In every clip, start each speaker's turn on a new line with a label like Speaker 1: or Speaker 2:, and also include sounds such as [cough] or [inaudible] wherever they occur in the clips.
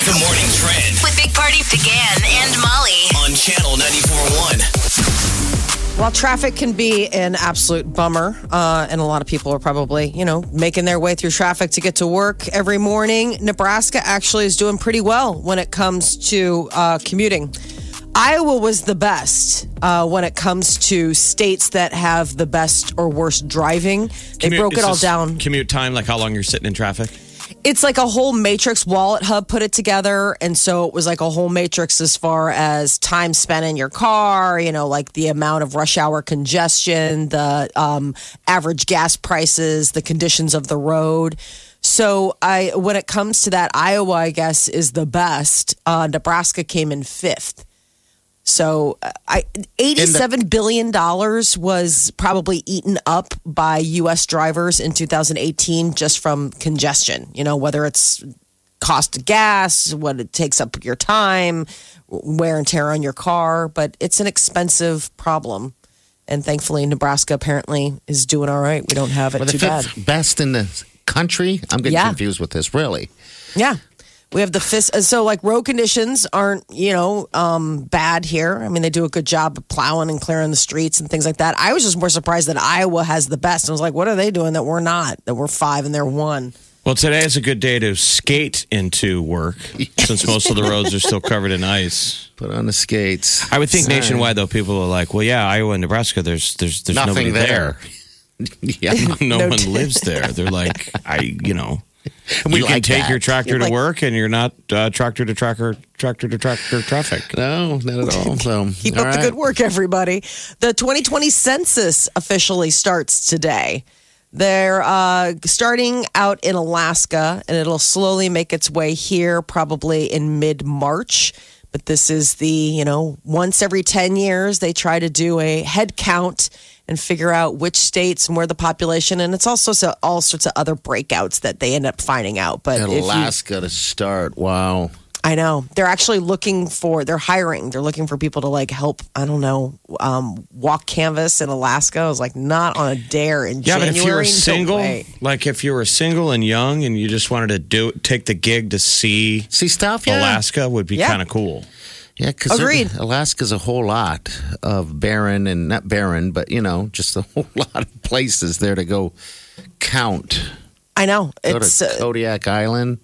Speaker 1: The morning trend
Speaker 2: with Big Party began and Molly.
Speaker 1: on channel 94.1.
Speaker 3: Well, traffic can be an absolute bummer, uh, and a lot of people are probably, you know, making their way through traffic to get to work every morning. Nebraska actually is doing pretty well when it comes to uh, commuting. Iowa was the best uh, when it comes to states that have the best or worst driving. They
Speaker 4: Commute-
Speaker 3: broke
Speaker 4: is
Speaker 3: it all
Speaker 4: this
Speaker 3: down.
Speaker 4: Commute time, like how long you're sitting in traffic.
Speaker 3: It's like a whole matrix. Wallet Hub put it together, and so it was like a whole matrix as far as time spent in your car. You know, like the amount of rush hour congestion, the um, average gas prices, the conditions of the road. So, I when it comes to that, Iowa, I guess, is the best. Uh, Nebraska came in fifth. So, uh, I eighty-seven billion dollars was probably eaten up by U.S. drivers in 2018 just from congestion. You know, whether it's cost of gas, what it takes up your time, wear and tear on your car, but it's an expensive problem. And thankfully, Nebraska apparently is doing all right. We don't have it
Speaker 5: We're the
Speaker 3: too bad.
Speaker 5: fifth best in the country. I'm getting
Speaker 3: Yeah.
Speaker 5: confused with this, really.
Speaker 3: Yeah. We have the fist. uh, So, like, road conditions aren't, you know, um, bad here. I mean, they do a good job of plowing and clearing the streets and things like that. I was just more surprised that Iowa has the best. I was like, what are they doing that we're not? That we're five and they're one.
Speaker 4: Well, today is a good day to skate into work since most of the roads are still covered in ice.
Speaker 5: Put on the skates.
Speaker 4: I would think
Speaker 5: Sorry.
Speaker 4: nationwide though, people are like, "Well, yeah, Iowa and Nebraska, there's there's there's
Speaker 5: Nothing
Speaker 4: nobody there.
Speaker 5: [laughs]
Speaker 4: [laughs]
Speaker 5: Yeah.
Speaker 3: [laughs]
Speaker 4: No,
Speaker 3: No
Speaker 4: one
Speaker 3: t-
Speaker 4: lives there." They're like, "I, you know,
Speaker 5: we
Speaker 4: you can
Speaker 5: like
Speaker 4: take
Speaker 5: that.
Speaker 4: your tractor
Speaker 3: You're
Speaker 4: to
Speaker 3: like-
Speaker 4: work, and you're not uh, tractor to tracker tractor to tractor traffic."
Speaker 5: No, not at all. So
Speaker 3: [laughs] Keep
Speaker 5: all
Speaker 3: up the
Speaker 5: right.
Speaker 3: good work, everybody. The 2020 census officially starts today. They're uh, starting out in Alaska, and it'll slowly make its way here, probably in mid March. But this is the, you know, once every 10 years, they try to do a head count and figure out which states and where the population. And it's also so, all sorts of other breakouts that they end up finding out. But if you-
Speaker 5: Alaska to start. Wow.
Speaker 3: I know. They're actually looking for, they're hiring. They're looking for people to like help, I don't know, um, walk canvas in Alaska. I was like, not on a dare in
Speaker 4: Yeah,
Speaker 3: January.
Speaker 4: but if you were
Speaker 3: No
Speaker 4: single,
Speaker 3: way.
Speaker 4: like if you were single and young, and you just wanted to do take the gig to see
Speaker 5: See stuff. Yeah.
Speaker 4: Alaska, would be
Speaker 3: Yeah.
Speaker 4: kind of cool.
Speaker 5: Yeah, because
Speaker 3: Agreed.
Speaker 5: Alaska's a whole lot of barren and not barren, but you know, just a [laughs] whole lot of places there to go count.
Speaker 3: I know.
Speaker 5: Go
Speaker 3: It's,
Speaker 5: to
Speaker 3: uh,
Speaker 5: Kodiak Island.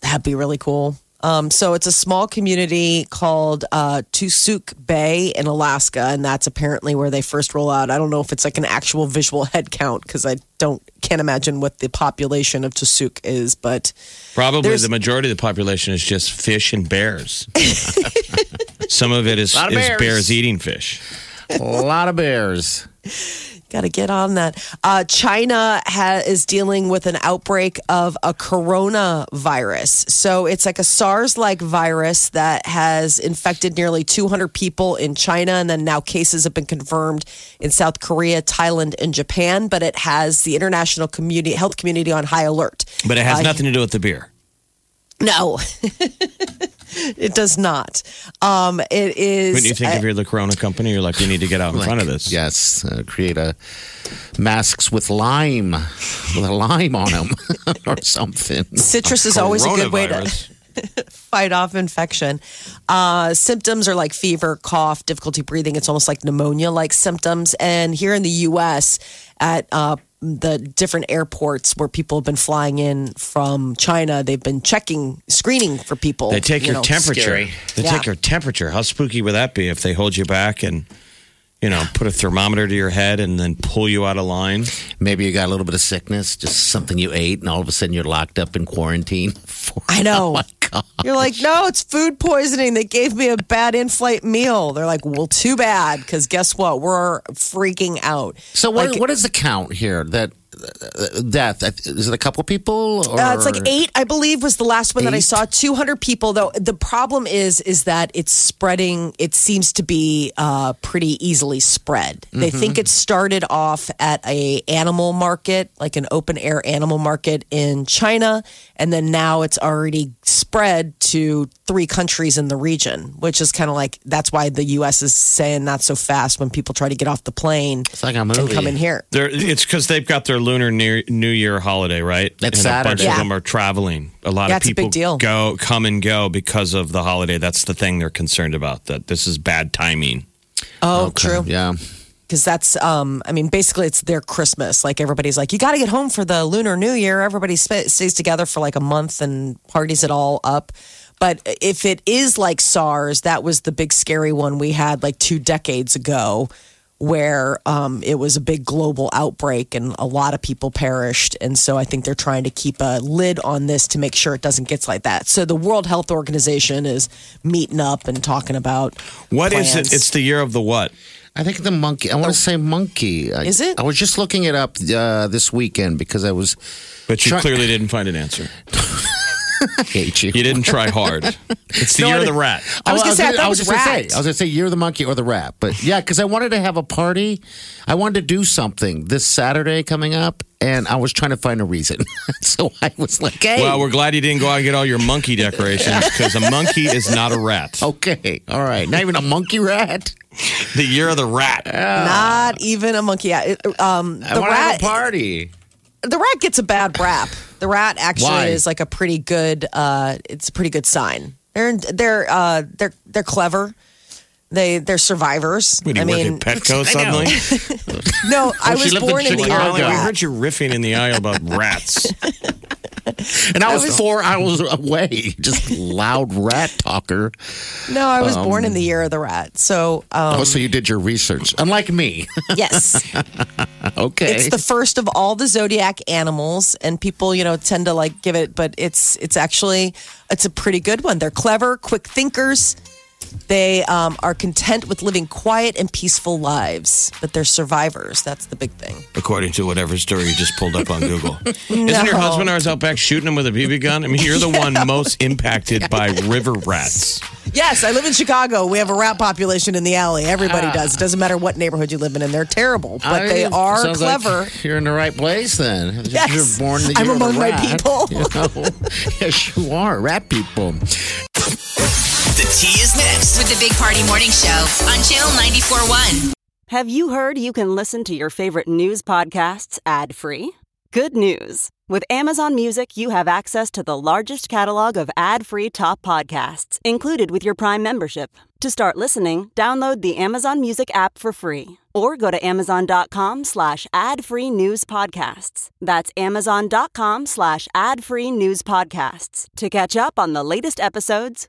Speaker 3: that'd be really cool. Um, so it's a small community called uh, Tusuk Bay in Alaska, and that's apparently where they first roll out. I don't know if it's like an actual visual [laughs] head count because I don't can't imagine what the population of Tusuk is, but
Speaker 4: Probably
Speaker 3: There's-
Speaker 4: the majority of the population is just fish
Speaker 3: [laughs]
Speaker 4: and bears. Some of it is,
Speaker 5: Lot of
Speaker 4: is bears.
Speaker 5: bears.
Speaker 4: eating fish.
Speaker 5: A lot of bears.
Speaker 3: Got to get on that. Uh, China ha- is dealing with an outbreak of a coronavirus. So it's like a SARS like virus that has infected nearly 200 people in China. And then now cases have been confirmed in South Korea, Thailand, and Japan. But it has the international community, health community on high alert.
Speaker 4: But it has
Speaker 3: Uh,
Speaker 4: nothing to do with the beer.
Speaker 3: No, [laughs] it does not. Um, it is.
Speaker 4: When you think
Speaker 3: uh,
Speaker 4: if you're the Corona company, you're like, you need to get out in front of this.
Speaker 5: Yes, uh, create a masks with lime, [laughs] with a lime on them [laughs] or something.
Speaker 3: Citrus is always a good way to.
Speaker 4: Coronavirus.
Speaker 3: [laughs] fight off infection. Uh, symptoms are like fever, cough, difficulty breathing. It's almost like pneumonia like symptoms. And here in the US, at uh, the different airports where people have been flying in from China, they've been checking, screening for people.
Speaker 4: They take
Speaker 3: you
Speaker 4: your
Speaker 3: know.
Speaker 4: temperature.
Speaker 5: scary.
Speaker 4: They
Speaker 3: Yeah.
Speaker 4: take your temperature. How spooky would that be if they hold you back and, you know, put a thermometer to your head and then pull you out of line?
Speaker 5: Maybe you got a little bit of sickness, just something you ate, and all of a sudden you're locked up in quarantine. [laughs] For,
Speaker 3: I
Speaker 5: Oh
Speaker 3: know.
Speaker 5: my God.
Speaker 3: You're like, no, it's food poisoning. They gave me a bad in flight meal. They're like, well, too bad. Because guess what? We're freaking out.
Speaker 5: So what,
Speaker 3: Like-
Speaker 5: what is the count here? That uh, death? I th- Is it a couple people? Or?
Speaker 3: Uh, it's like eight, I believe, was the last one that I saw. Two hundred people, though. The problem is, is that it's spreading. It seems to be uh, pretty easily spread. They
Speaker 5: Mm-hmm.
Speaker 3: think it started off at a animal market, like an open air animal market in China, and then now it's already spread to three countries in the region, which is kind of like that's why the U.S. is saying not so fast when people try to get off the plane
Speaker 5: It's like a
Speaker 3: and
Speaker 5: movie.
Speaker 3: come in here.
Speaker 4: They're, it's because they've got their Lunar New New Year holiday, right?
Speaker 5: That's
Speaker 4: and a bunch
Speaker 5: Saturday.
Speaker 4: of
Speaker 3: Yeah.
Speaker 4: them are traveling. A lot
Speaker 3: Yeah,
Speaker 4: of
Speaker 3: it's a
Speaker 4: people
Speaker 3: big deal.
Speaker 4: go, come and go because of the holiday. That's the thing they're concerned about. That this is bad timing.
Speaker 3: Oh, true.
Speaker 5: Yeah.
Speaker 3: because that's um i mean basically it's their christmas like everybody's like you got to get home for the lunar new year everybody sp- stays together for like a month and parties it all up but if it is like sars that was the big scary one we had like two decades ago where um, it was a big global outbreak and a lot of people perished and so i think they're trying to keep a lid on this to make sure it doesn't get like that so the world health organization is meeting up and talking about
Speaker 4: What is
Speaker 3: plans.
Speaker 4: it? It's the year of the what?
Speaker 5: I think the monkey. I want to say monkey. I-
Speaker 3: Oh. Is it?
Speaker 5: I was just looking it up uh, this weekend because I was. [laughs]
Speaker 4: But you
Speaker 5: Try-
Speaker 4: clearly didn't find an answer.
Speaker 5: I hate
Speaker 4: You didn't try hard.
Speaker 3: [laughs]
Speaker 4: It's the year of the rat.
Speaker 3: I was gonna say, I thought it was
Speaker 5: just Oh, gonna
Speaker 3: rat.
Speaker 5: say- I was gonna say you're the monkey or the rat, but yeah, because I wanted to have a party. I wanted to do something this Saturday coming up, and I was trying to find a reason. [laughs] so I was like, hey,
Speaker 4: Well, we're glad you didn't go out and get all your monkey
Speaker 3: [laughs]
Speaker 4: decorations because a monkey is not a rat.
Speaker 5: [laughs]
Speaker 3: Oh.
Speaker 5: okay, all right, not even a monkey rat.
Speaker 4: The year of the rat.
Speaker 3: not even a monkey yeah, it- um,
Speaker 5: I
Speaker 3: the
Speaker 5: want to have
Speaker 3: rat
Speaker 5: a party.
Speaker 3: the rat gets a bad rap. The rat actually
Speaker 5: Why?
Speaker 3: is like a pretty good. Uh, it's a pretty good sign. They're they're uh, they're they're clever. They they're survivors.
Speaker 4: What, do
Speaker 3: I Oh,
Speaker 4: you
Speaker 3: mean,
Speaker 4: work at Petco
Speaker 5: I know.
Speaker 4: suddenly?
Speaker 3: no, I
Speaker 5: she
Speaker 3: was
Speaker 5: lived in
Speaker 3: born in, the year
Speaker 5: Chicago.
Speaker 3: of
Speaker 4: Molly,
Speaker 3: the
Speaker 4: we
Speaker 3: rat.
Speaker 4: heard you riffing in the aisle about rats.
Speaker 5: And I was, four hours away, just loud rat talker.
Speaker 3: No, I was born in the year of the rat. So um,
Speaker 5: oh, so you did your research, unlike me. [laughs]
Speaker 3: yes,
Speaker 5: okay,
Speaker 3: it's the first of all the zodiac animals, and people you know tend to like give it, but it's it's actually it's a pretty good one. They're clever, quick thinkers. They um, are content with living quiet and peaceful lives, but they're survivors. That's the big thing.
Speaker 4: according to whatever story you just pulled up on Google. Isn't your husband always out back shooting him with a BB gun? I mean, you're the
Speaker 5: [laughs]
Speaker 4: one most impacted by river rats.
Speaker 3: Yes, I live in Chicago. We have a rat population in the alley. Everybody does. It doesn't matter what neighborhood you live in, and they're terrible, but
Speaker 5: I-
Speaker 3: they are
Speaker 5: sounds like
Speaker 3: clever.
Speaker 5: you're in the right place then.
Speaker 3: Yes.
Speaker 5: You're born the
Speaker 3: I'm
Speaker 5: year of the
Speaker 3: among my
Speaker 5: rat,
Speaker 3: people.
Speaker 5: [laughs] you know? yes, you are. Rat people.
Speaker 1: The tea is next.
Speaker 2: With the Big Party Morning Show on Channel 94.1.
Speaker 6: Have you heard you can listen to your favorite news podcasts ad free? Good news! With Amazon Music, you have access to the largest catalog of ad free top podcasts included with your Prime membership. To start listening, download the Amazon Music app for free or go to amazon.com slash ad free news podcasts. That's amazon.com slash ad free news podcasts to catch up on the latest episodes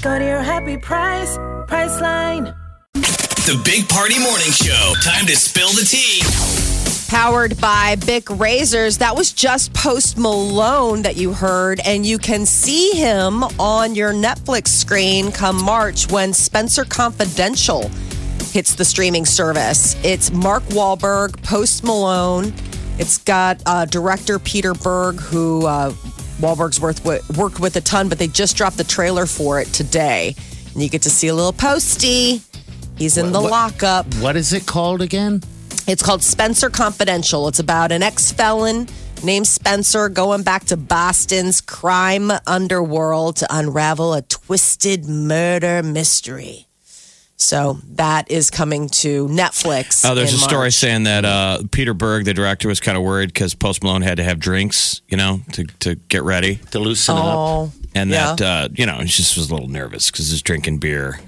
Speaker 7: Go to your happy price, Priceline.
Speaker 1: The Big Party Morning Show. Time to spill the tea.
Speaker 3: Powered by Bic Razors. That was just Post Malone that you heard, and you can see him on your Netflix screen come March when Spencer Confidential hits the streaming service. It's Mark Wahlberg, Post Malone. It's got uh, director Peter Berg, who uh, Wahlberg's worth worked with a ton, but they just dropped the trailer for it today, and you get to see a little Posty. He's in the
Speaker 5: What- what-
Speaker 3: lockup.
Speaker 5: What is it called again?
Speaker 3: It's called Spencer Confidential. It's about an ex felon named Spencer going back to Boston's crime underworld to unravel a twisted murder mystery. So that is coming to Netflix.
Speaker 4: Oh, there's
Speaker 3: in
Speaker 4: a story
Speaker 3: March.
Speaker 4: saying that uh, Peter Berg, the director, was kind of worried because Post Malone had to have drinks, you know, to, to get ready.
Speaker 5: To loosen up.
Speaker 3: Oh,
Speaker 4: And
Speaker 3: yeah.
Speaker 4: that, uh, you know, he just was a little nervous because he's drinking beer.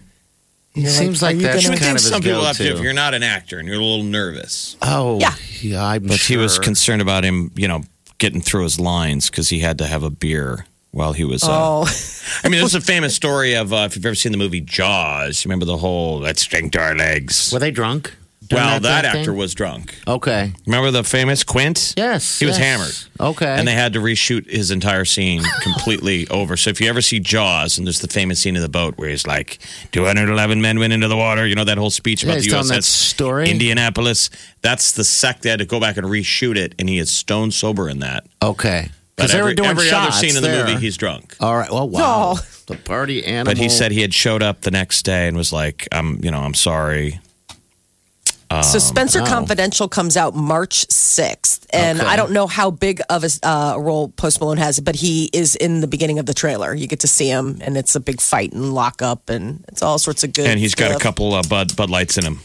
Speaker 5: It seems like, that's
Speaker 4: You would think
Speaker 5: kind of his
Speaker 4: some people have to,
Speaker 5: go-to.
Speaker 4: if you're not an actor and you're a little nervous.
Speaker 5: oh,
Speaker 3: Yeah.
Speaker 5: yeah, I'm
Speaker 4: But he was
Speaker 5: sure.
Speaker 4: concerned about him, you know, getting through his lines because he had to have a beer while he was. Oh. I mean, there's a famous story of uh, if you've ever seen the movie Jaws. You remember the whole "Let's drink to our legs."
Speaker 5: Were they drunk? during
Speaker 4: Well, that,
Speaker 5: thing?
Speaker 4: actor was drunk.
Speaker 5: Okay.
Speaker 4: Remember the famous Quint?
Speaker 5: Yes,
Speaker 4: He was
Speaker 5: yes.
Speaker 4: hammered.
Speaker 5: Okay.
Speaker 4: And they had to reshoot his entire
Speaker 5: [laughs]
Speaker 4: scene completely over. So if you ever see Jaws, and there's the famous scene in the boat where he's like, 211 men went into the water, you know, that whole speech
Speaker 5: Yeah,
Speaker 4: about
Speaker 5: he's
Speaker 4: the
Speaker 5: telling
Speaker 4: USS
Speaker 5: that story.
Speaker 4: Indianapolis. That's the sec. They had to go back and reshoot it, and he is stone sober in that.
Speaker 5: Okay.
Speaker 4: But
Speaker 5: Because they
Speaker 4: every,
Speaker 5: were doing
Speaker 4: every
Speaker 5: shots
Speaker 4: other scene in
Speaker 5: there.
Speaker 4: the movie, he's drunk.
Speaker 5: All right. Well, wow. The party animal.
Speaker 4: But he said he had showed up the next day and was like, I'm, you know, I'm sorry.
Speaker 3: So Spencer
Speaker 5: oh.
Speaker 3: Confidential comes out March 6th. And
Speaker 5: Okay.
Speaker 3: I don't know how big of a uh, role Post Malone has, but he is in the beginning of the trailer. You get to see him, and it's a big fight and lockup, and it's all sorts of good.
Speaker 4: And he's got a
Speaker 3: stuff.
Speaker 4: couple uh, Bud, Bud Lights in him.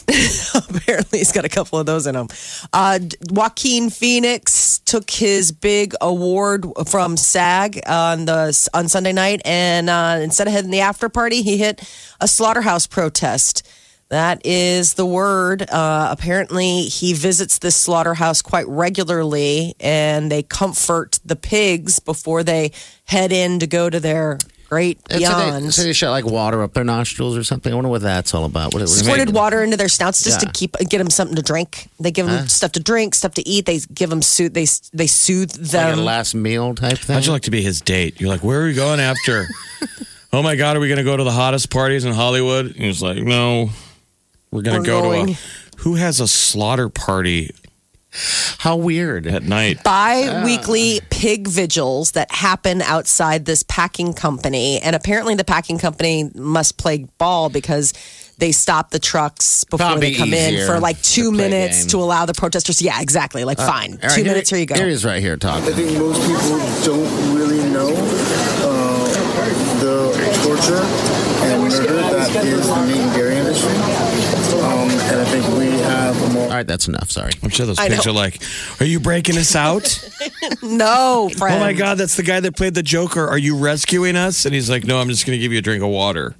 Speaker 3: [laughs] Apparently, he's got a couple of those in him. Uh, Joaquin Phoenix took his big award from SAG on the on Sunday night, and uh, instead of hitting the after party, he hit a slaughterhouse protest. That is the word. Uh, apparently, he visits this slaughterhouse quite regularly, and they comfort the pigs before they head in to go to their great
Speaker 5: And so they,
Speaker 3: beyond.
Speaker 5: so they shot like water up their nostrils or something. I wonder what that's all about. What it was.
Speaker 3: squirted water into their snouts just to
Speaker 5: Yeah.
Speaker 3: keep get them something to drink. They give them stuff to drink, stuff to eat. They give them soothe. They they soothe
Speaker 5: Like a
Speaker 3: them.
Speaker 5: last meal type thing.
Speaker 4: How'd you like to be his date? You're like, where are we
Speaker 3: [laughs]
Speaker 4: going after? oh my God, are we going to go to the hottest parties in Hollywood? And he's like, no, we're gonna
Speaker 3: We're
Speaker 4: go to
Speaker 3: going.
Speaker 4: a. Who has a slaughter party
Speaker 5: How weird.
Speaker 4: at night?
Speaker 3: Bi-weekly pig vigils that happen outside this packing company, and apparently the packing company must play ball because they stop the trucks before
Speaker 5: Probably
Speaker 3: they come in
Speaker 5: easier
Speaker 3: for like
Speaker 5: to
Speaker 3: two
Speaker 5: play
Speaker 3: minutes
Speaker 5: game. Uh,
Speaker 3: to allow the protesters. Yeah, exactly. Like fine,
Speaker 5: All right,
Speaker 3: two minutes. Here you go.
Speaker 5: Here he is right here
Speaker 8: I
Speaker 5: talking.
Speaker 8: think most people don't really know uh, the torture and murder that is the meat and dairy industry. Um, and I think we have a more.
Speaker 5: All right, that's enough. Sorry.
Speaker 4: I'm sure those
Speaker 3: I
Speaker 4: pigs
Speaker 3: know.
Speaker 4: are like, are you breaking us
Speaker 3: [laughs]
Speaker 4: out?
Speaker 3: no, friend.
Speaker 4: oh my God, that's the guy that played the Joker. Are you rescuing us? And he's like, no, I'm just going to give you a drink of water.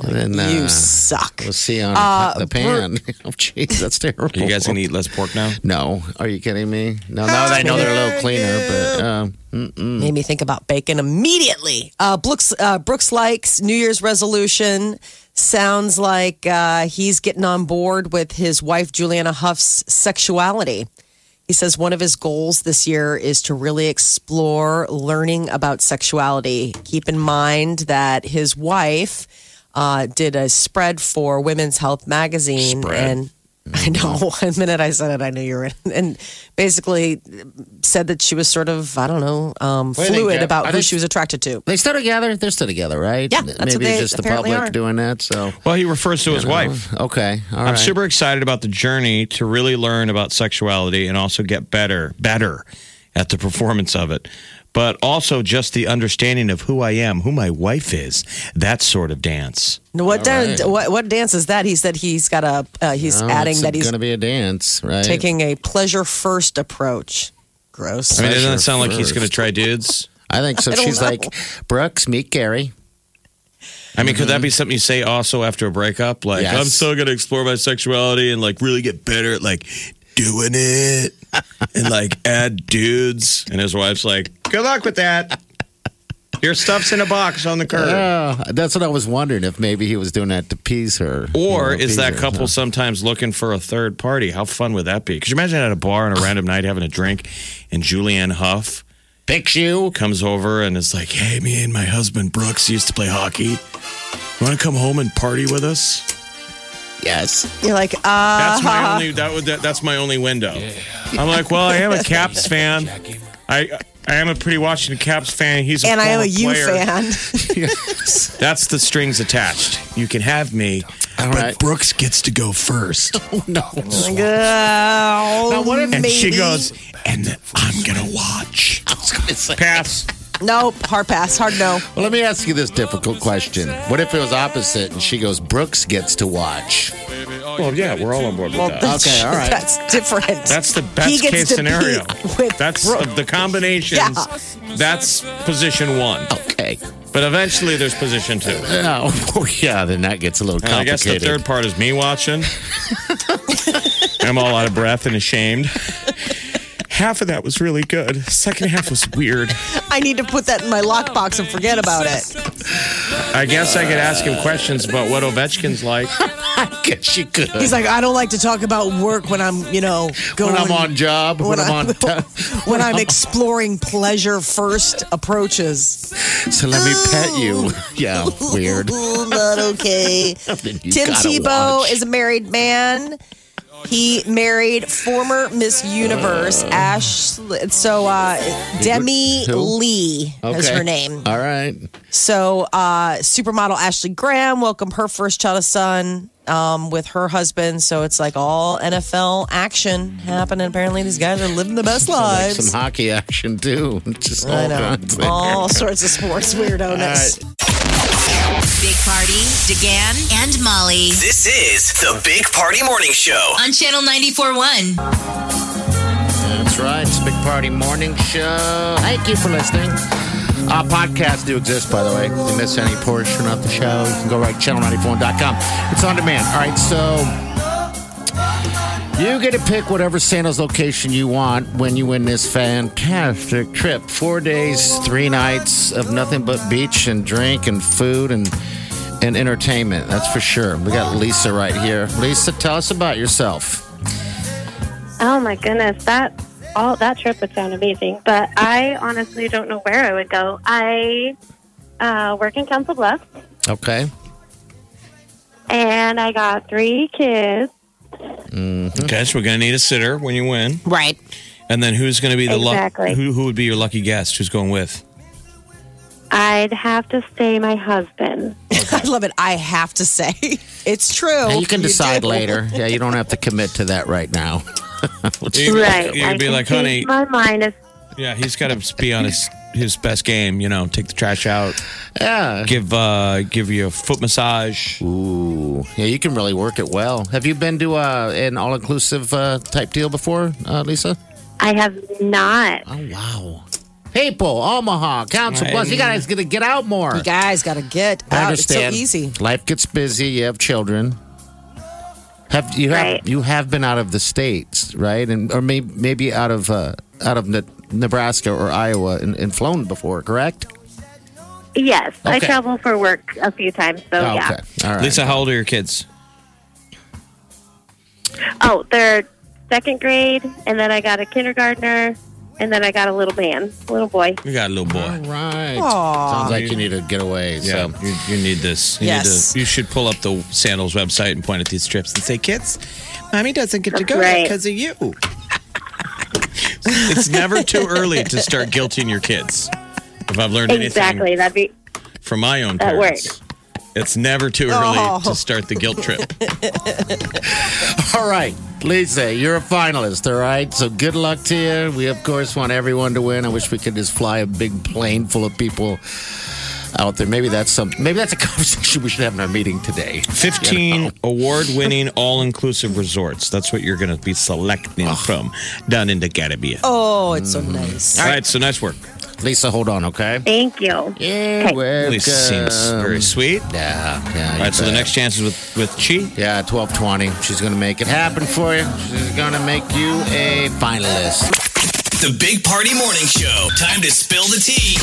Speaker 5: And then,
Speaker 3: You uh,
Speaker 5: uh,
Speaker 3: suck.
Speaker 5: we'll see on the pan. [laughs] oh, jeez, that's terrible.
Speaker 3: Oh,
Speaker 4: Are you guys going to eat less pork now?
Speaker 5: No. Are you kidding me? No. Now that I know they're a little cleaner, but um,
Speaker 3: Made me think about bacon immediately. Uh, Brooks, uh, Brooks likes New Year's resolution. Sounds like uh, he's getting on board with his wife, Juliana Huff's sexuality. He says one of his goals this year is to really explore learning about sexuality. Keep in mind that his wife uh, did a spread for Women's Health magazine. And [laughs] I know, the minute I said it, I knew you were in. And basically said that she was sort of, I don't know, um,
Speaker 5: do you
Speaker 3: fluid
Speaker 5: think, Jeff?
Speaker 3: about
Speaker 5: I
Speaker 3: who
Speaker 5: think-
Speaker 3: she was attracted to.
Speaker 5: they still together. They're still together, right?
Speaker 3: Yeah, that's what
Speaker 5: Maybe
Speaker 3: they
Speaker 5: just the
Speaker 3: apparently
Speaker 5: public
Speaker 3: are.
Speaker 5: doing that. So
Speaker 4: Well, he refers to his wife.
Speaker 5: okay. All right.
Speaker 4: I'm super excited about the journey to really learn about sexuality and also get better, better at the performance of it. But also just the understanding of who I am, who my wife is, that sort of dance.
Speaker 3: What, dan- what what dance is that? He said he's got a uh, he's
Speaker 5: Oh,
Speaker 3: adding
Speaker 5: it's
Speaker 3: that he's
Speaker 5: gonna be a dance, right?
Speaker 3: taking a pleasure first approach. Gross.
Speaker 4: I mean, doesn't that
Speaker 5: Pleasure
Speaker 4: sound like he's
Speaker 5: first.
Speaker 4: going to try dudes?
Speaker 5: I think
Speaker 3: [laughs]
Speaker 5: so.
Speaker 3: I don't
Speaker 5: She's
Speaker 3: know.
Speaker 5: like, Brooks, meet Gary.
Speaker 4: I mean, could that be something you say also after a breakup? Like,
Speaker 5: Yes.
Speaker 4: I'm still going to explore my sexuality and like really get better at like doing it and like
Speaker 5: [laughs]
Speaker 4: add dudes. And his wife's like, good luck with that. Your stuff's in a box on the curb.
Speaker 5: Oh, that's what I was wondering if maybe he was doing that to appease her.
Speaker 4: Or
Speaker 5: You know,
Speaker 4: is
Speaker 5: appease
Speaker 4: that
Speaker 5: her.
Speaker 4: couple sometimes looking for a third party? How fun would that be? Because you imagine at a bar on a random night having a drink, and Julianne Huff
Speaker 5: picks you?
Speaker 4: comes over and is like, "Hey, me and my husband Brooks used to play hockey. Want to come home and party with us?"
Speaker 5: Yes.
Speaker 3: You're like, uh,
Speaker 4: That's my only. That would. That, that's my only window. I'm like, well, I am [laughs] a Caps fan. I. I am a pretty Washington Caps fan. He's a
Speaker 3: and I am a
Speaker 4: former
Speaker 3: you
Speaker 4: player.
Speaker 3: fan. [laughs]
Speaker 5: [laughs]
Speaker 4: That's the strings attached. You can have me,
Speaker 5: All
Speaker 4: but
Speaker 5: right.
Speaker 4: Brooks gets to go first.
Speaker 5: No.
Speaker 3: Girl,
Speaker 5: what if-
Speaker 4: And she
Speaker 3: maybe.
Speaker 4: goes, and I'm gonna watch.
Speaker 5: I was gonna say.
Speaker 4: Pass.
Speaker 3: Nope, hard pass, hard no.
Speaker 5: Well, let me ask you this difficult question. What if it was opposite and she goes, Brooks gets to watch?
Speaker 4: Well, Oh, yeah, we're all on board with that.
Speaker 5: [laughs] Okay, all right.
Speaker 3: That's different.
Speaker 4: That's the best
Speaker 3: He
Speaker 4: case
Speaker 3: gets to
Speaker 4: scenario.
Speaker 3: be [laughs] with
Speaker 4: That's
Speaker 3: Brooke.
Speaker 4: of the combinations. That's position one.
Speaker 5: Okay.
Speaker 4: But eventually, there's position two. And
Speaker 5: No. [laughs] Oh, yeah, then that gets a little
Speaker 4: I guess
Speaker 5: complicated.
Speaker 4: the third part is
Speaker 3: [laughs]
Speaker 4: me watching. I'm all out of breath and ashamed. half of that was really good. Second half was weird.
Speaker 3: I need to put that in my lockbox and forget about it.
Speaker 4: I guess I could ask him questions about what Ovechkin's like.
Speaker 5: I guess you could.
Speaker 3: He's like, I don't like to talk about work when I'm, you know, going
Speaker 5: when I'm on job, when,
Speaker 3: when [laughs]
Speaker 5: I'm on.
Speaker 3: I'm- when I'm exploring pleasure first approaches.
Speaker 5: [laughs] so let me
Speaker 3: [laughs]
Speaker 5: pet you. [laughs] Yeah, weird.
Speaker 3: Ooh, not okay.
Speaker 5: [laughs] Then you
Speaker 3: Tim
Speaker 5: gotta
Speaker 3: Tebow
Speaker 5: watch.
Speaker 3: is a married man. He married former Miss Universe Ash. So uh, Demi
Speaker 5: Uh. Who?
Speaker 3: Lee is
Speaker 5: Okay. Uh.
Speaker 3: her name.
Speaker 5: All right.
Speaker 3: So uh, supermodel Ashley Graham welcomed her first child, a son, um, with her husband. So it's like all NFL action happening. Apparently, these guys are living the best
Speaker 5: [laughs] Like
Speaker 3: lives.
Speaker 5: some hockey action too. [laughs] Just all
Speaker 3: I know.
Speaker 5: kinds of-
Speaker 3: All sorts of sports weirdo-ness.
Speaker 2: Big Party, DeGan, and Molly
Speaker 1: This is the Big Party Morning Show.
Speaker 2: on Channel 94.1.
Speaker 5: That's right. It's Big Party Morning Show. Thank you for listening. Our podcasts do exist, by the way. If you miss any portion of the show, you can go right to channel94.com. It's on demand. All right, so you get to pick whatever Santa's location you want when you win this fantastic trip. Four days, three nights of nothing but beach and drink and food and and entertainment. That's for sure. We got Lisa right here. Lisa, tell us about yourself.
Speaker 9: Oh my goodness, that all that trip would sound amazing, but I honestly don't know where I would go. I uh, work in Council Bluffs,
Speaker 5: Okay.
Speaker 9: and I got three kids.
Speaker 4: Okay, so we're gonna need a sitter when you win,
Speaker 3: Right.
Speaker 4: and then who's gonna be the
Speaker 9: Exactly.
Speaker 4: luck? Who, who would be your lucky guest? Who's going with?
Speaker 9: I'd have to say my husband.
Speaker 3: I love it. I have to say, [laughs] it's true.
Speaker 5: Yeah, you can decide
Speaker 3: Oh, do.
Speaker 5: later. Yeah, you don't have to commit to that right now. [laughs]
Speaker 4: You-
Speaker 9: I
Speaker 4: You'd be
Speaker 9: can
Speaker 4: like, honey,
Speaker 9: change My mind is
Speaker 4: yeah, he's got to be on his his best game. You know, take the trash out,
Speaker 5: yeah.
Speaker 4: give uh give you a foot massage.
Speaker 5: Ooh. Yeah, you can really work it well. Have you been to uh, an all inclusive uh, type deal before, uh, Lisa?
Speaker 9: I have not.
Speaker 5: Oh, wow. People, Omaha, Council Plus, you guys got to get out more.
Speaker 3: You guys got to get.
Speaker 5: I
Speaker 3: out.
Speaker 5: understand.
Speaker 3: It's so easy.
Speaker 5: Life gets busy. You have children. Have you have
Speaker 9: Right.
Speaker 5: you have been out of the states, right? And or maybe maybe out of uh, out of Ne- Nebraska or Iowa and, and flown before, correct?
Speaker 9: Yes, I
Speaker 5: Okay.
Speaker 9: travel for work a few times, so
Speaker 5: Oh,
Speaker 9: yeah.
Speaker 5: okay. All right.
Speaker 4: Lisa, how old are your kids?
Speaker 9: Oh, they're second grade, and then I got a kindergartner, and then I got a little man, little boy.
Speaker 4: You got a little
Speaker 5: All
Speaker 4: boy.
Speaker 5: right.
Speaker 3: Aw.
Speaker 5: Sounds like you need a getaway.
Speaker 4: Yeah,
Speaker 5: So.
Speaker 4: you, you need this. You need
Speaker 3: Yes.
Speaker 4: to- you should pull up the Sandals website and point at these trips and say, "Kids, mommy doesn't get to go
Speaker 9: Right.
Speaker 4: because of [laughs] you." it's never too early to start guilting your kids. If I've learned anything
Speaker 9: Exactly. That'd be
Speaker 4: from my own
Speaker 9: That
Speaker 4: parents. It's never too early
Speaker 3: Oh.
Speaker 4: to start the guilt
Speaker 3: [laughs]
Speaker 4: trip.
Speaker 5: All right, Lisa, you're a finalist. All right. So good luck to you. We of course want everyone to win. I wish we could just fly a big plane full of people out there. Maybe that's some. Maybe that's a [laughs] conversation we should have in our meeting today.
Speaker 4: 15 award winning all inclusive resorts. That's what you're going to be selecting from down in the Caribbean.
Speaker 3: Oh, it's
Speaker 5: Mm-hmm.
Speaker 3: so nice.
Speaker 4: All right, so nice work.
Speaker 5: Lisa, hold on, okay?
Speaker 9: thank you.
Speaker 5: Yeah, welcome.
Speaker 4: Lisa seems very sweet.
Speaker 5: Yeah, yeah.
Speaker 4: All right, so the next chance is with, with Chi.
Speaker 5: Yeah, twelve twenty. She's gonna make it happen for you. She's gonna make you a finalist.
Speaker 1: The Big Party Morning Show. Time to spill the tea.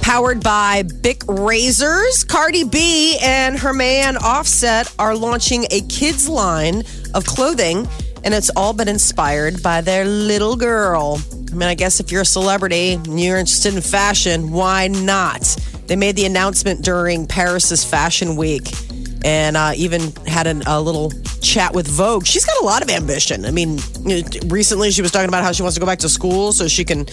Speaker 3: Powered by Bic Razors, Cardi B and her man Offset are launching a kids line of clothing, and it's all been inspired by their little girl. I mean, I guess if you're a celebrity and you're interested in fashion, why not? They made the announcement during Paris's Fashion Week. and uh, even had an, a little chat with Vogue. She's got a lot of ambition. I mean, you know, recently she was talking about how she wants to go back to school so she can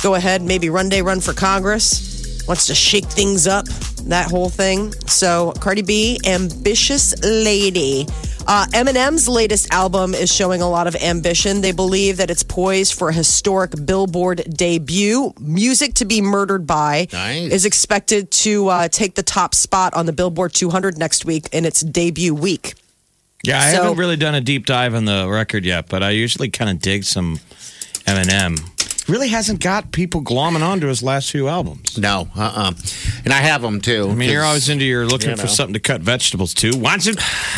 Speaker 3: go ahead and maybe run day run for Congress. Wants to shake things up, that whole thing. So Cardi B, ambitious lady. Uh, Eminem's latest album is showing a lot of ambition. They believe that it's poised for a historic Billboard debut. Music to be murdered by
Speaker 5: Nice.
Speaker 3: is expected to uh, take the top spot on the Billboard 200 next week in its debut week.
Speaker 4: Yeah, I
Speaker 3: So-
Speaker 4: haven't really done a deep dive on the record yet, but I usually kind of dig some Eminem. really hasn't got people glomming onto his last few albums.
Speaker 5: No, uh, uh and I have them too.
Speaker 4: I mean, you're always into you're looking
Speaker 5: you
Speaker 4: for
Speaker 5: know.
Speaker 4: something to cut vegetables to. Want some?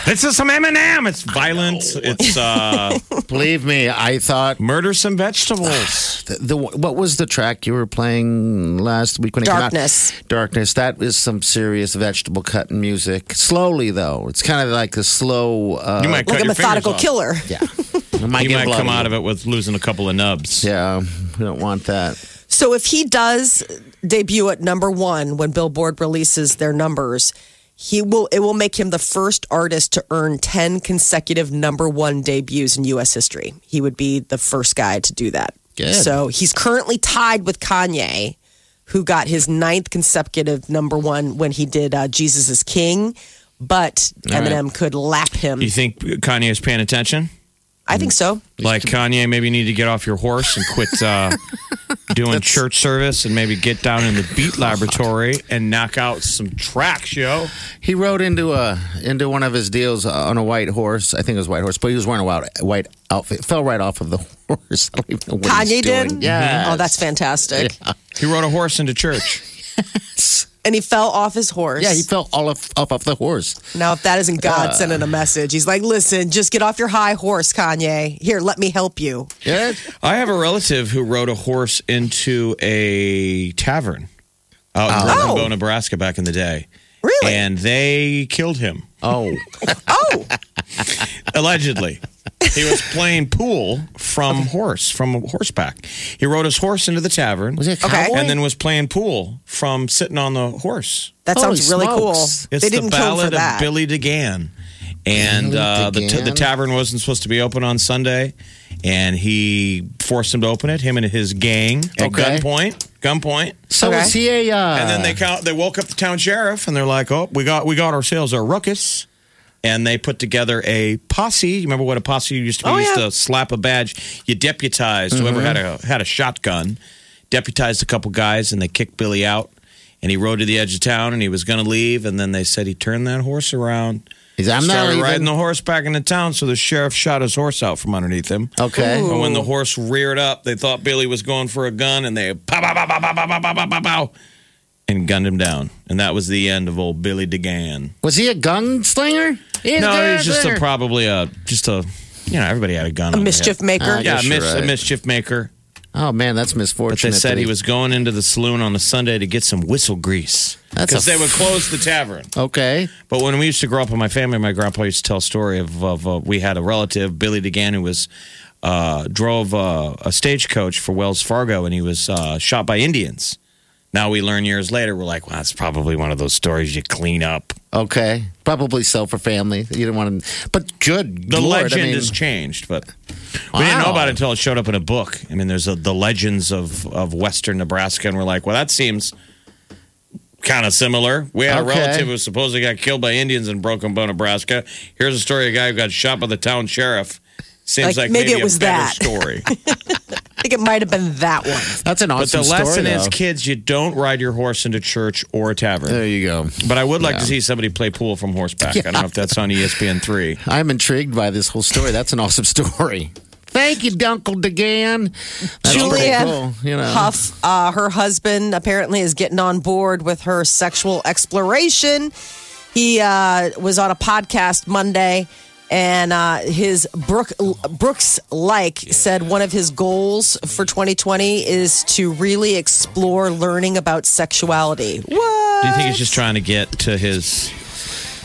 Speaker 4: This is some Eminem. It's violent. It's
Speaker 5: [laughs]
Speaker 4: uh,
Speaker 5: Believe me, I thought
Speaker 4: murder some vegetables.
Speaker 5: the, the what was the track you were playing last week when it
Speaker 3: Darkness.
Speaker 5: came out? Darkness. That is some serious vegetable cutting music. Slowly though, it's kind of like a slow. Uh,
Speaker 4: [laughs] You might
Speaker 3: Like
Speaker 4: cut
Speaker 3: a
Speaker 4: your fingers
Speaker 3: methodical
Speaker 4: off.
Speaker 3: killer.
Speaker 5: yeah. It might
Speaker 4: You
Speaker 5: get
Speaker 4: might come
Speaker 5: bloody.
Speaker 4: out of it with losing a couple of nubs.
Speaker 5: Yeah, we don't want that.
Speaker 3: So if he does debut at number one when Billboard releases their numbers, he will it will make him the first artist to earn ten consecutive number one debuts in US history. He would be the first guy to do that.
Speaker 5: Good.
Speaker 3: So he's currently tied with Kanye, who got his ninth consecutive number one when he did uh, Jesus is King. But Eminem could lap him.
Speaker 4: You think Kanye is paying attention?
Speaker 3: I think so.
Speaker 4: Like Kanye, maybe you need to get off your horse and quit
Speaker 5: [laughs]
Speaker 4: uh, doing church service, and maybe get down in the beat laboratory and knock out some tracks, yo.
Speaker 5: He rode into a into one of his deals on a white horse. I think it was white horse, but he was wearing a white, white outfit. Fell right off of the [laughs] horse. I don't even know what
Speaker 3: Kanye
Speaker 5: he's doing.
Speaker 3: did?
Speaker 5: Yeah.
Speaker 3: Oh, that's fantastic.
Speaker 4: He rode a horse into church.
Speaker 3: And he fell off his horse.
Speaker 5: Yeah, he fell all off, off off the horse.
Speaker 3: Now, if that isn't
Speaker 4: Uh.
Speaker 3: God sending a message, he's like, listen, just get off your high horse, Kanye. Here, let me help you.
Speaker 5: Yeah.
Speaker 4: I have a relative who rode a horse into a tavern out in
Speaker 5: Ah.
Speaker 4: Berlin,
Speaker 5: Oh.
Speaker 4: Bow, Nebraska back in the day.
Speaker 3: Really?
Speaker 4: And they killed him,
Speaker 5: Oh,
Speaker 3: [laughs] oh,
Speaker 5: [laughs]
Speaker 4: allegedly. he was playing pool from horse, from horseback. He rode his horse into the tavern.
Speaker 5: was it a
Speaker 3: Okay.
Speaker 5: cowboy?
Speaker 4: And then was playing pool from sitting on the horse.
Speaker 3: that
Speaker 5: Holy
Speaker 3: sounds really
Speaker 5: smokes.
Speaker 3: cool.
Speaker 4: It's
Speaker 3: they didn't
Speaker 4: the
Speaker 3: kill him for
Speaker 4: ballad
Speaker 3: that.
Speaker 4: of Billy DeGan. And uh, the, t- the
Speaker 5: DeGan?
Speaker 4: tavern wasn't supposed to be open on Sunday. And he forced him to open it, him and his gang at
Speaker 5: Okay.
Speaker 4: gunpoint. Gunpoint.
Speaker 5: so
Speaker 3: Okay.
Speaker 5: is he a? Uh,
Speaker 4: And then
Speaker 3: Ah.
Speaker 4: they count. They woke up the town sheriff, and they're like, "Oh, we got we got ourselves a ruckus." And they put together a posse. You remember what a posse used to be?
Speaker 3: Oh,
Speaker 4: used
Speaker 3: yeah. Mm-hmm.
Speaker 4: to slap a badge. You deputized whoever had a had a shotgun. Deputized a couple guys, and they kicked Billy out. And he rode to the edge of town, and he was going to leave. And then they said he turned that horse around.
Speaker 5: He's- I'm not
Speaker 4: started
Speaker 5: leaving.
Speaker 4: riding the horse back into town, so the sheriff shot his horse out from underneath him.
Speaker 5: Okay.
Speaker 4: And when the horse reared up, they thought Billy was going for a gun, and they pow, pow, pow, pow, pow, pow, pow, pow, pow, pow, pow, and gunned him down. And that was the end of old Billy DeGan.
Speaker 5: Was he a gunslinger? He's
Speaker 4: no, he was just a,
Speaker 5: gunslinger.
Speaker 4: probably a just a you know everybody had a gun.
Speaker 3: A
Speaker 4: on their
Speaker 3: mischief
Speaker 4: head.
Speaker 3: maker.
Speaker 5: I
Speaker 4: Yeah,
Speaker 5: guess
Speaker 4: a, mis-
Speaker 5: you're right.
Speaker 4: a mischief maker.
Speaker 5: Oh man, that's
Speaker 4: But they
Speaker 5: misfortunate.
Speaker 4: said
Speaker 5: that
Speaker 4: he was going into the saloon on a Sunday to get some whistle grease
Speaker 5: That's
Speaker 4: because
Speaker 5: a
Speaker 4: they would close the tavern.
Speaker 5: okay.
Speaker 4: But when we used to grow up in my family, my grandpa used to tell a story of, of uh, we had a relative, Billy DeGan, who was uh, drove uh, a stagecoach for Wells Fargo, and he was uh, shot by Indians. Now we learn years later, we're like, well, that's probably one of those stories you clean up.
Speaker 5: Okay, probably sell for family. You don't want to, but good.
Speaker 4: The
Speaker 5: Lord,
Speaker 4: legend
Speaker 5: I mean,
Speaker 4: has changed, but we didn't know
Speaker 5: Wow.
Speaker 4: about it until it showed up in a book. I mean, there's a, the legends of of Western Nebraska, and we're like, well, that seems kind of similar. We had a
Speaker 5: Okay.
Speaker 4: relative who supposedly got killed by Indians in Broken Bow, Nebraska. Here's a story of a guy who got shot by the town sheriff. Seems
Speaker 3: Like,
Speaker 4: like,
Speaker 3: maybe it was
Speaker 4: a better
Speaker 3: that.
Speaker 5: [laughs]
Speaker 4: story.
Speaker 3: I think it might have been that one.
Speaker 5: That's an
Speaker 4: but
Speaker 5: awesome
Speaker 4: the lesson
Speaker 5: story,
Speaker 4: is,
Speaker 5: though.
Speaker 4: kids, you don't ride your horse into church or a tavern.
Speaker 5: There you go.
Speaker 4: but I would like to see somebody play pool from horseback. I don't know if that's on E ESPN three.
Speaker 5: I'm intrigued by this whole story. That's an awesome [laughs] story. Thank you, Dunkle DeGan. That's pretty
Speaker 3: Julianne
Speaker 5: cool, you know.
Speaker 3: Huff, uh, her husband, apparently is getting on board with her sexual exploration. He uh, was on a podcast Monday, and uh, his Brook, Brooks like said one of his goals for 2020 is to really explore learning about sexuality. What?
Speaker 4: Do you think he's just trying to get to his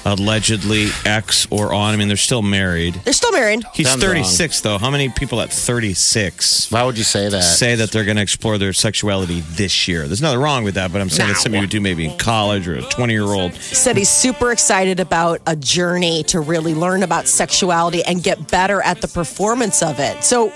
Speaker 4: allegedly ex or on? I mean, they're still married.
Speaker 3: They're still married.
Speaker 4: He's
Speaker 5: Sounds
Speaker 4: 36, though. How many people at 36
Speaker 5: Why would you say that?
Speaker 4: say that they're going to explore their sexuality this year? There's nothing wrong with that, but I'm saying it's something you would do maybe in college or a 20 year old.
Speaker 3: said he's super excited about a journey to really learn about sexuality and get better at the performance of it. So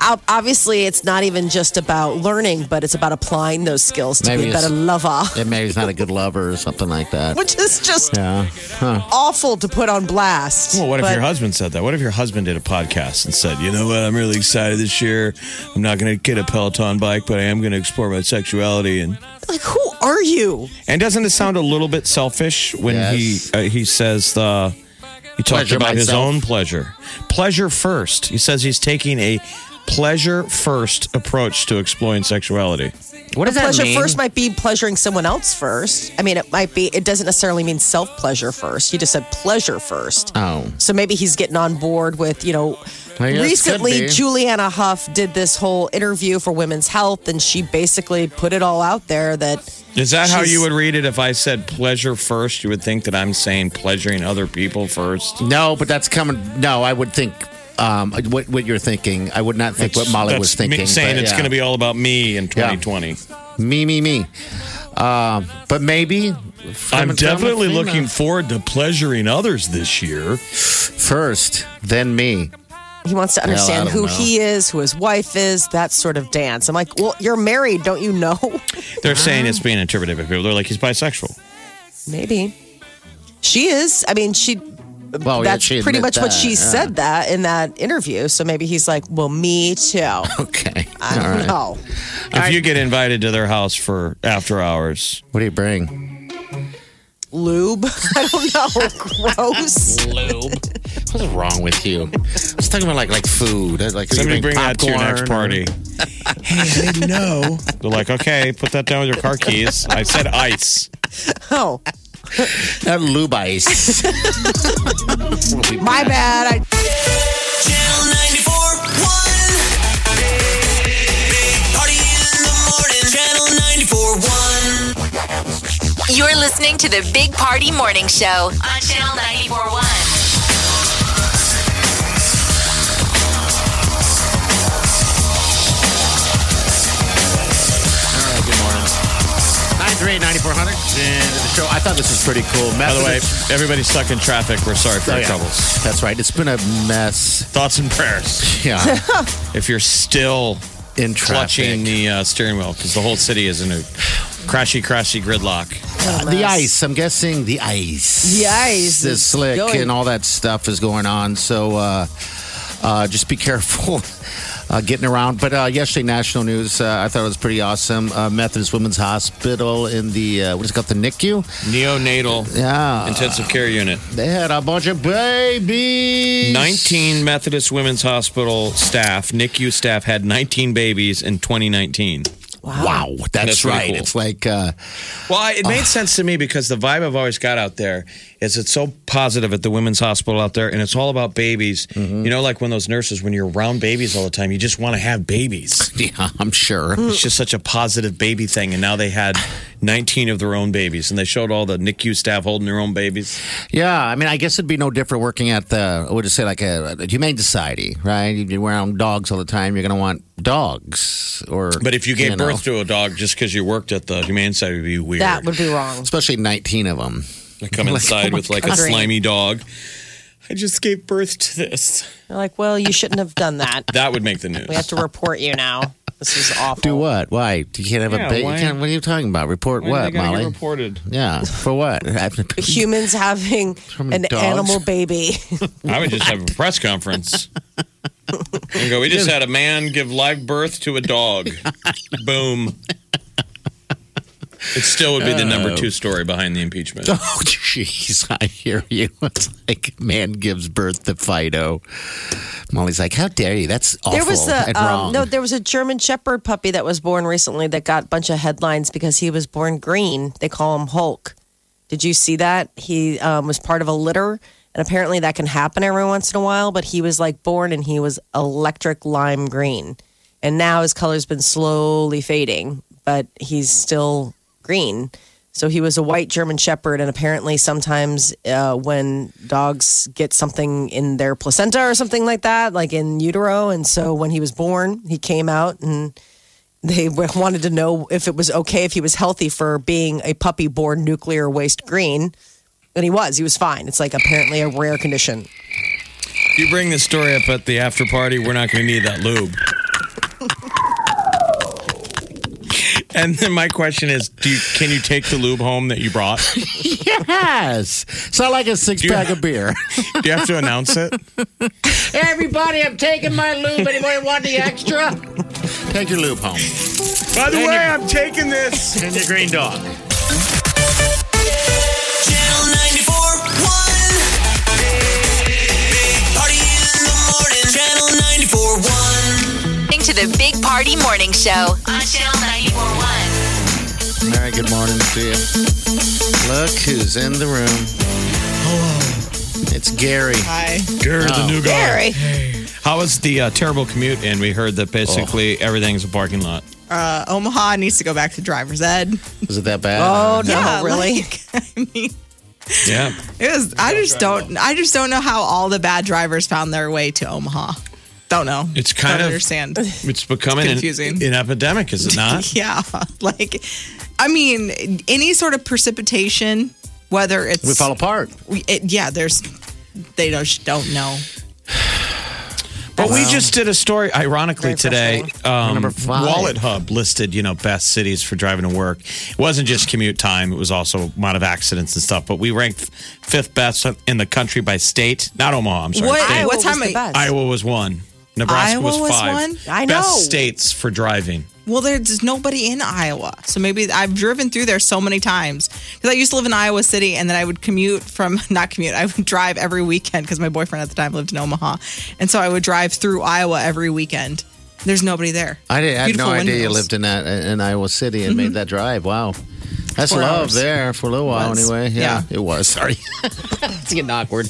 Speaker 3: ob- obviously it's not even just about learning, but it's about applying those skills to be
Speaker 5: Maybe
Speaker 3: a
Speaker 5: it's-
Speaker 3: better lover.
Speaker 5: Yeah, maybe he's not a good lover or something like that.
Speaker 3: Which is just
Speaker 5: Yeah. Huh.
Speaker 3: awful to put on blast.
Speaker 4: Well, what if
Speaker 3: But
Speaker 4: your husband said that? What if your husband did a podcast and said, you know what, I'm really excited this year. I'm not going to get a Peloton bike, but I am going to explore my sexuality and
Speaker 3: Like, who are you?
Speaker 4: And doesn't it sound a little bit selfish when
Speaker 5: Yes.
Speaker 4: he uh, he says the he talked
Speaker 5: Pleasure
Speaker 4: about his
Speaker 5: myself.
Speaker 4: own pleasure, pleasure first. He says he's taking a pleasure first approach to exploring sexuality.
Speaker 5: What
Speaker 3: The pleasure first might be pleasuring someone else first. I mean, it might be, it doesn't necessarily mean self pleasure first. You just said pleasure first.
Speaker 5: Oh.
Speaker 3: So maybe he's getting on board with, you know,
Speaker 5: I guess could
Speaker 3: recently
Speaker 5: be.
Speaker 3: Juliana Huff did this whole interview for Women's Health and she basically put it all out there that
Speaker 4: Is that how
Speaker 3: She's-
Speaker 4: you would read it? If I said pleasure first, you would think that I'm saying pleasuring other people first.
Speaker 5: No, but that's coming. No, I would think um, what what you're thinking. I would not think what Molly
Speaker 4: That's
Speaker 5: was thinking.
Speaker 4: Me saying
Speaker 5: but
Speaker 4: it's
Speaker 5: yeah.
Speaker 4: going to be all about me in
Speaker 5: Yeah.
Speaker 4: 2020.
Speaker 5: me, me, me. Um, but maybe
Speaker 4: I'm
Speaker 5: coming from a
Speaker 4: definitely
Speaker 5: female.
Speaker 4: looking forward to pleasuring others this year.
Speaker 5: first, then me.
Speaker 3: he wants to understand
Speaker 5: I
Speaker 3: who
Speaker 5: don't know.
Speaker 3: he is, who his wife is, that sort of dance. I'm like, well, you're married, don't you know? [laughs]
Speaker 5: Uh-huh.
Speaker 4: They're saying it's being interpreted by people. They're like, he's bisexual.
Speaker 3: Maybe. She is. I mean, she.
Speaker 5: Well, Oh, yeah,
Speaker 3: that's
Speaker 5: she
Speaker 3: pretty much
Speaker 5: admit
Speaker 3: what
Speaker 5: that,
Speaker 3: she
Speaker 5: yeah.
Speaker 3: said that in that interview. So maybe he's like, "Well, me too." I
Speaker 5: [laughs] Okay,
Speaker 3: don't
Speaker 5: all right.
Speaker 3: know.
Speaker 4: If you get invited to their house for after hours,
Speaker 5: What do you bring?
Speaker 3: Lube. [laughs] I don't know. [laughs] Gross.
Speaker 5: [laughs] Lube. What's wrong with you? [laughs] I was talking about like like food. I- Like
Speaker 4: somebody
Speaker 5: you
Speaker 4: bring that to your next
Speaker 5: popcorn
Speaker 4: party. hey, I didn't know. They're like, okay, put that down with your car keys. I said ice.
Speaker 3: Oh,
Speaker 5: or- That
Speaker 3: [laughs]
Speaker 5: lube ice.
Speaker 3: my bad. I,
Speaker 1: Channel 94.1. Big Party in the morning. Channel 94.1.
Speaker 2: You're listening to the Big Party Morning Show on Channel 941.
Speaker 5: Good morning. 938-9400. End of the show. I thought this was pretty cool.
Speaker 4: By the way,
Speaker 5: Methodist-
Speaker 4: everybody's stuck in traffic. We're sorry for
Speaker 5: Oh,
Speaker 4: your
Speaker 5: yeah.
Speaker 4: troubles.
Speaker 5: That's right. It's been a
Speaker 4: [laughs]
Speaker 5: mess.
Speaker 4: Thoughts and prayers.
Speaker 5: Yeah.
Speaker 4: If you're still
Speaker 5: In traffic.
Speaker 4: clutching the uh, steering wheel because the whole city is in a crashy, crashy gridlock.
Speaker 5: the ice. I'm guessing the ice.
Speaker 3: The ice
Speaker 5: The
Speaker 3: is
Speaker 5: slick
Speaker 3: going-
Speaker 5: and all that stuff is going on. So uh, uh, just be [laughs] careful uh, getting around. But uh, yesterday, national news. Uh, I thought it was pretty awesome. Uh, Methodist Women's Hospital in the uh, what is it called the NICU.
Speaker 4: Neonatal
Speaker 5: Yeah,
Speaker 4: intensive care unit.
Speaker 5: Uh, they had a bunch of babies.
Speaker 4: 19 Methodist Women's Hospital staff, NICU staff, had 19 babies in 2019.
Speaker 5: Wow, that's,
Speaker 4: That's pretty
Speaker 5: right.
Speaker 4: cool.
Speaker 5: It's like uh, [laughs]
Speaker 4: Well, I- it made sense to me because the vibe I've always got out there is it's so positive at the women's hospital out there, and it's all about babies. You know, like when those nurses, when you're around babies all the time, you just want to have babies.
Speaker 5: yeah, I'm sure.
Speaker 4: It's just such a positive baby thing. And now they had 19 of their own babies, and they showed all the NICU staff holding their own babies.
Speaker 5: Yeah, I mean, I guess it'd be no different working at the, I would just say like a, a humane society, right? You're around dogs all the time. You're going to want dogs, or
Speaker 4: But if you gave
Speaker 5: know,
Speaker 4: birth to a dog just because you worked at the humane side, would be weird.
Speaker 3: that would be wrong.
Speaker 5: especially 19 of them.
Speaker 4: I come inside with like a
Speaker 3: God.
Speaker 4: slimy dog. I just gave birth to this.
Speaker 3: They're like, "Well, you shouldn't have done that.
Speaker 4: That would make the news.
Speaker 3: We have to report you now. This is awful."
Speaker 5: Do what? Why? You can't have
Speaker 4: Yeah,
Speaker 5: a baby.
Speaker 4: why-
Speaker 5: What are you talking about? Report
Speaker 4: Why do
Speaker 5: what,
Speaker 4: they gotta get
Speaker 5: Molly?
Speaker 4: reported.
Speaker 5: yeah,
Speaker 4: [laughs]
Speaker 5: for what? [laughs]
Speaker 3: Humans having
Speaker 5: How many
Speaker 3: an
Speaker 5: dogs?
Speaker 3: animal baby.
Speaker 5: [laughs]
Speaker 4: I would just have a press conference. and go, we just had a man give live birth to a dog. Boom. It still would be the number two story behind the impeachment.
Speaker 5: Oh, jeez, I hear you. [laughs] It's like man gives birth to Fido. Molly's like, how dare you? That's awful
Speaker 3: There was
Speaker 5: and
Speaker 3: a
Speaker 5: wrong.
Speaker 3: um, no. There was a German Shepherd puppy that was born recently that got a bunch of headlines because he was born green. They call him Hulk. Did you see that? He um, was part of a litter, and apparently that can happen every once in a while. But he was like born and he was electric lime green, and now his color's been slowly fading, but he's still green. So he was a white German Shepherd, and apparently sometimes uh, when dogs get something in their placenta or something like that, like in utero, and so when he was born, he came out and they w- wanted to know if it was okay if he was healthy for being a puppy born nuclear waste green. And he was. He was fine. It's like apparently a rare condition.
Speaker 4: you bring this story up at the after party, we're not going to need that lube. And then my question is, do you, can you take the lube home that you brought?
Speaker 5: [laughs] yes, it's not like a six
Speaker 4: you-
Speaker 5: pack
Speaker 4: [laughs]
Speaker 5: of beer.
Speaker 4: Do you have to announce it?
Speaker 5: Everybody, I'm taking my lube. Anybody want the extra? Take your lube home.
Speaker 4: By the way, I'm taking this.
Speaker 5: And your green dog.
Speaker 1: Channel 94.1. Big Party in the morning. Channel 94.1.
Speaker 2: Party Morning Show on Channel 941.
Speaker 5: Mary, good morning to you. Look who's in the room. Hello. It's Gary.
Speaker 10: Hi.
Speaker 4: Gary, the new guy.
Speaker 10: Gary.
Speaker 4: How was the uh, terrible commute? And we heard that basically everything's a parking lot.
Speaker 10: Uh, Omaha needs to go back to driver's ed.
Speaker 5: Was it that bad?
Speaker 3: Oh,
Speaker 10: Yeah, like,
Speaker 4: Yeah.
Speaker 10: it was. I just don't. I just don't know how all the bad drivers found their way to Omaha. Don't know.
Speaker 4: It's kind
Speaker 10: don't
Speaker 4: of
Speaker 10: understand.
Speaker 4: It's becoming an-
Speaker 10: confusing.
Speaker 4: An, epidemic, is it [laughs] not?
Speaker 10: [laughs] yeah, like, I mean, any sort of precipitation, whether it's
Speaker 5: We fall apart.
Speaker 10: we- it, yeah, there's they don't don't know.
Speaker 4: [laughs] But we just did a story, ironically, today. Um,
Speaker 5: Number five.
Speaker 4: Wallet Hub listed, you know, best cities for driving to work. It wasn't just commute time; it was also amount of accidents and stuff. But we ranked fifth best in the country by state, not Omaha. I'm sorry.
Speaker 10: What-
Speaker 4: state.
Speaker 10: what time?
Speaker 3: was the
Speaker 10: I,
Speaker 3: best?
Speaker 4: Iowa was one. Nebraska
Speaker 10: Iowa
Speaker 4: was
Speaker 10: was
Speaker 4: five.
Speaker 10: one? I
Speaker 4: Best
Speaker 3: know.
Speaker 4: states for driving.
Speaker 10: well, there's nobody in Iowa, so maybe I've driven through there so many times because I used to live in Iowa City, and then I would commute from [laughs] not commute. I would drive every weekend because my boyfriend at the time lived in Omaha, and so I would drive through Iowa every weekend. There's nobody there.
Speaker 5: I, did, I had no
Speaker 10: Beautiful
Speaker 5: idea you
Speaker 10: windows. Mm-hmm.
Speaker 5: lived in that in Iowa City and made that drive. Wow. That's
Speaker 10: Four
Speaker 5: love
Speaker 10: hours.
Speaker 5: there for a little while,
Speaker 10: Was.
Speaker 5: anyway. Yeah, it was. Sorry. [laughs] it's getting awkward.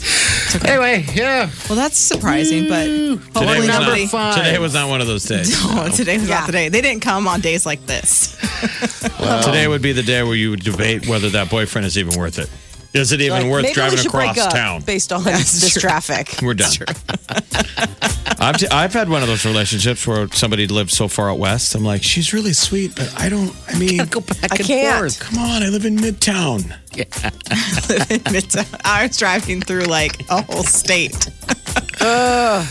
Speaker 5: Anyway, yeah.
Speaker 10: Well, that's surprising, but
Speaker 4: Today
Speaker 10: hopefully
Speaker 4: was,
Speaker 10: nobody.
Speaker 4: not,
Speaker 5: five.
Speaker 4: today was not one of those days.
Speaker 10: Oh, [laughs] today was
Speaker 3: Yeah.
Speaker 10: not the day. They didn't come on days like this. [laughs]
Speaker 4: Today would be the day where you would debate whether that boyfriend is even worth it. Is it even
Speaker 3: Like,
Speaker 4: worth
Speaker 3: maybe
Speaker 4: driving
Speaker 3: we should
Speaker 4: across
Speaker 3: break up
Speaker 4: town?
Speaker 3: based on this traffic.
Speaker 4: We're done. [laughs] I've, t- I've had one of those relationships where somebody lived so far out west. I'm like, she's really sweet, but I don't,
Speaker 3: [laughs]
Speaker 4: I mean,
Speaker 5: Go back
Speaker 3: I
Speaker 5: and
Speaker 3: can't.
Speaker 5: forth.
Speaker 4: come on, I live in Midtown.
Speaker 10: Midtown. I was driving through like a whole state.
Speaker 5: there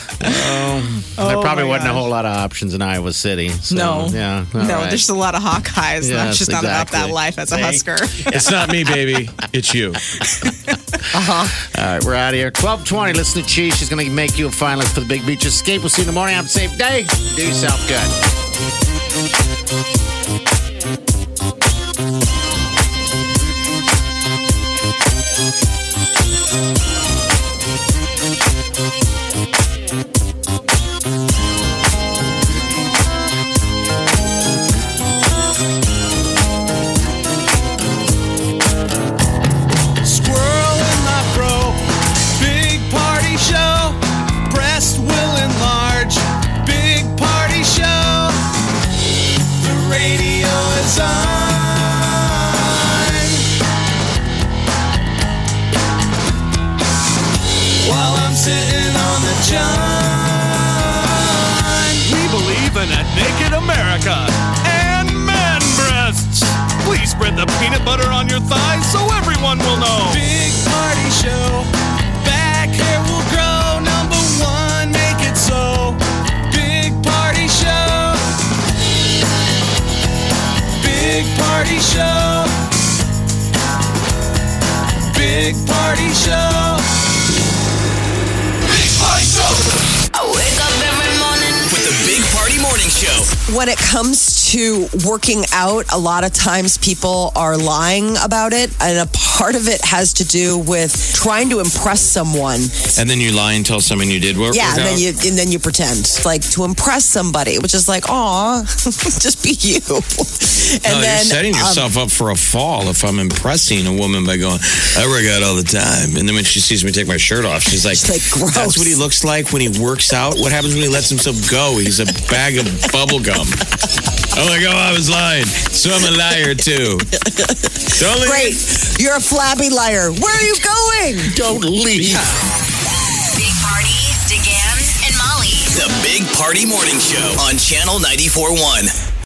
Speaker 5: probably
Speaker 10: Oh my
Speaker 5: wasn't a
Speaker 10: gosh.
Speaker 5: whole lot of options in Iowa City. so,
Speaker 10: No.
Speaker 5: Yeah. all
Speaker 10: no,
Speaker 5: right.
Speaker 10: there's just a lot of Hawkeyes. and
Speaker 5: Yes,
Speaker 10: that's just not about that
Speaker 5: exactly.
Speaker 10: life as a Husker.
Speaker 4: It's not me, baby. It's you.
Speaker 5: All right, we're out of here. 1220. Listen to Chi. She's going to make you a finalist for the Big Beach Escape. We'll see you in the morning. Have a safe day. Do yourself good.
Speaker 1: Squirrel in my bro. Big party show. Breast will enlarge. Big party show. The radio is on. While I'm sitting on the john.
Speaker 4: We believe in a naked America and man breasts. Please spread the peanut butter on your thighs so everyone will know.
Speaker 1: Big party show. Back hair will grow. Number one, make it so. Big party show. Big party show. Big party show. Big party show.
Speaker 2: I wake up every morning.
Speaker 1: With the Big Party Morning Show.
Speaker 3: when it comes to working out, a lot of times people are lying about it, and a part of it has to do with trying to impress someone.
Speaker 4: And then you lie and tell someone you did work.
Speaker 3: Yeah,
Speaker 4: work
Speaker 3: and then
Speaker 4: out.
Speaker 3: you and then you pretend like to impress somebody, which is like, aw, [laughs] just be you. [laughs] And
Speaker 4: No,
Speaker 3: then
Speaker 4: you're setting
Speaker 3: um,
Speaker 4: yourself up for a fall if I'm impressing a woman by going, I work out all the time. And then when she sees me take my shirt off, she's like,
Speaker 3: She's like, "Gross."
Speaker 4: That's what he looks like when he works out. What happens when he lets himself go? He's a bag of bubble gum. I'm like, oh, I was lying. So I'm a liar, too. Don't leave.
Speaker 3: great, you're a flabby liar. Where are you going?
Speaker 5: Don't leave.
Speaker 2: Big Party, DeGan, and Molly.
Speaker 1: The Big Party Morning Show on Channel 94.1.